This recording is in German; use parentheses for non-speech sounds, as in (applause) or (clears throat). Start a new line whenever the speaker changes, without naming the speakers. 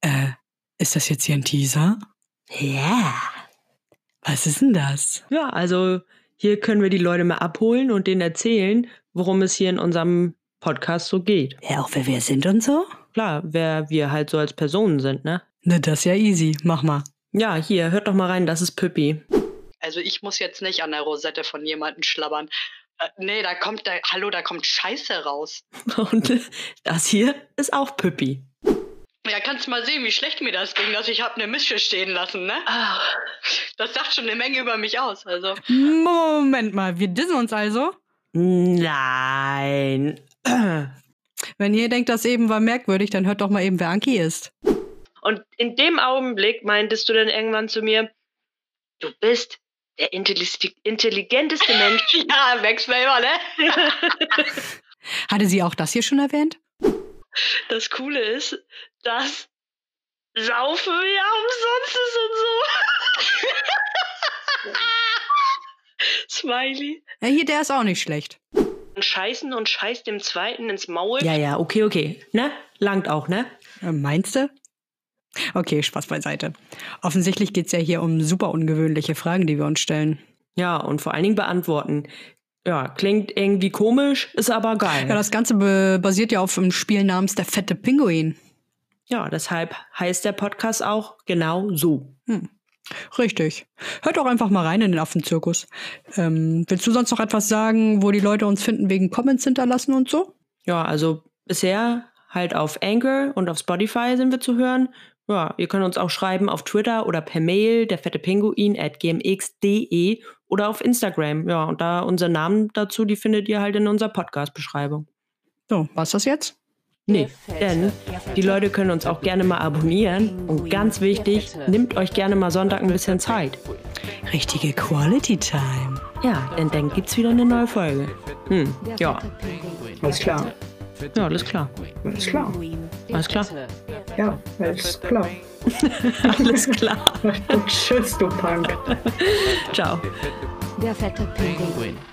Äh, Ist das jetzt hier ein Teaser?
Ja. Yeah.
Was ist denn das?
Ja, also hier können wir die Leute mal abholen und denen erzählen, worum es hier in unserem Podcast so geht.
Ja, auch wer wir sind und so?
Klar, wer wir halt so als Personen sind, ne?
Ne, das ist ja easy. Mach mal.
Ja, hier, hört doch mal rein, das ist Pippi.
Also ich muss jetzt nicht an der Rosette von jemandem schlabbern. Äh, nee, da kommt, da, hallo, da kommt Scheiße raus.
(laughs) Und äh, das hier ist auch Pippi.
Ja, kannst mal sehen, wie schlecht mir das ging, dass ich hab eine Mische stehen lassen, ne? Das sagt schon eine Menge über mich aus, also.
Moment mal, wir dissen uns also?
Nein. (clears throat)
Wenn ihr denkt, das eben war merkwürdig, dann hört doch mal eben, wer Anki ist.
Und in dem Augenblick meintest du dann irgendwann zu mir, du bist der intelli- intelligenteste Mensch.
(laughs) ja, Wechselmer, ne?
(laughs) Hatte sie auch das hier schon erwähnt?
Das Coole ist, dass Saufen ja umsonst ist und so.
(laughs)
Smiley.
Ja, hier, der ist auch nicht schlecht.
Scheißen und scheißt dem Zweiten ins Maul.
Ja, ja, okay, okay. Ne? Langt auch, ne?
Äh, meinst du? Okay, Spaß beiseite. Offensichtlich geht es ja hier um super ungewöhnliche Fragen, die wir uns stellen.
Ja, und vor allen Dingen beantworten. Ja, klingt irgendwie komisch, ist aber geil.
Ja, das Ganze be- basiert ja auf einem Spiel namens Der fette Pinguin.
Ja, deshalb heißt der Podcast auch genau so.
Hm. Richtig. Hört doch einfach mal rein in den Affenzirkus. Ähm, willst du sonst noch etwas sagen, wo die Leute uns finden wegen Comments hinterlassen und so?
Ja, also bisher halt auf Anchor und auf Spotify sind wir zu hören. Ja, ihr könnt uns auch schreiben auf Twitter oder per Mail, der fette Pinguin at gmx.de oder auf Instagram. Ja, und da unseren Namen dazu, die findet ihr halt in unserer Podcast-Beschreibung.
So, was das jetzt?
Nee, denn die Leute können uns auch gerne mal abonnieren. Und ganz wichtig, nehmt euch gerne mal Sonntag ein bisschen Zeit.
Richtige Quality Time.
Ja, denn dann gibt's wieder eine neue Folge. Hm, ja.
Alles klar.
Ja, alles klar.
Alles klar.
Alles klar.
Ja, alles klar.
(laughs) alles klar.
Und tschüss, du Punk.
Ciao.
Der fette Pinguin.